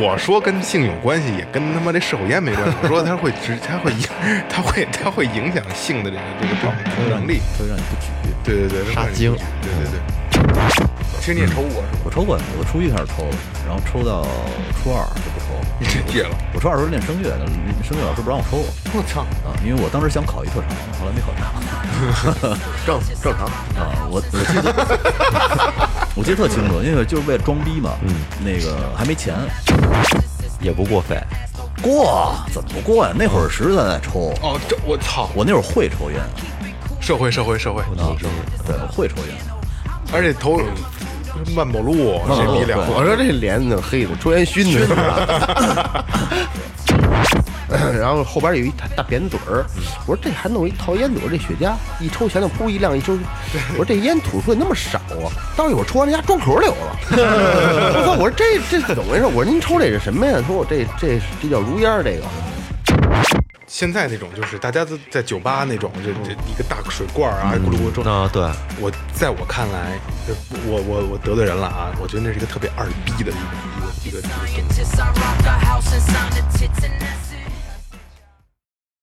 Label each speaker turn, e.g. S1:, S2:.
S1: 我说跟性有关系，也跟他妈这嗜好烟没关系。我说它会直，它会影，它会它会影响性的这个这个状
S2: 它会让
S1: 能
S2: 你
S1: 力。
S2: 它会让你不举。
S1: 对对对，
S2: 杀精
S1: 对对对。其实你也抽过是吧？
S2: 我抽过，我初一开始抽，然后抽到初二就不抽了。
S1: 你这戒了。
S2: 我初二时候练声乐，声乐老师不让我抽
S1: 我操！
S2: 啊，因为我当时想考一特长，后来没 考上。
S3: 正正常，
S2: 啊，我我记得我记得特 清楚，因为就是为了装逼嘛，嗯，那个还没钱，
S4: 也不过分。
S2: 过怎么不过呀？那会儿实在在抽，
S1: 哦，这我操！
S2: 我那会儿会抽烟
S1: 社会社会社会，
S2: 啊，对，我会抽烟，
S1: 而且头万宝路
S2: 万宝
S1: 这
S2: 路
S1: 逼俩
S2: 对
S1: 货
S3: 我说这脸怎么黑的，抽烟熏的是吧？ 然后后边有一大大扁嘴儿，我说这还弄一套烟嘴儿，这雪茄一抽前头噗一亮一抽，我说这烟吐出来那么少啊，到一会儿抽完这家装口里有了。 我操！我说这这怎么回事？我说您抽这是什么呀？他说我这这这叫如烟儿，这个
S1: 现在那种就是大家都在酒吧那种，这这一个大水罐儿啊，咕噜咕噜装。
S4: 啊，对，
S1: 我在我看来，就我我我得罪人了啊！我觉得那是一个特别二逼的一个一个一个一个东西。
S5: tits. I rock a house and sign the tits and that's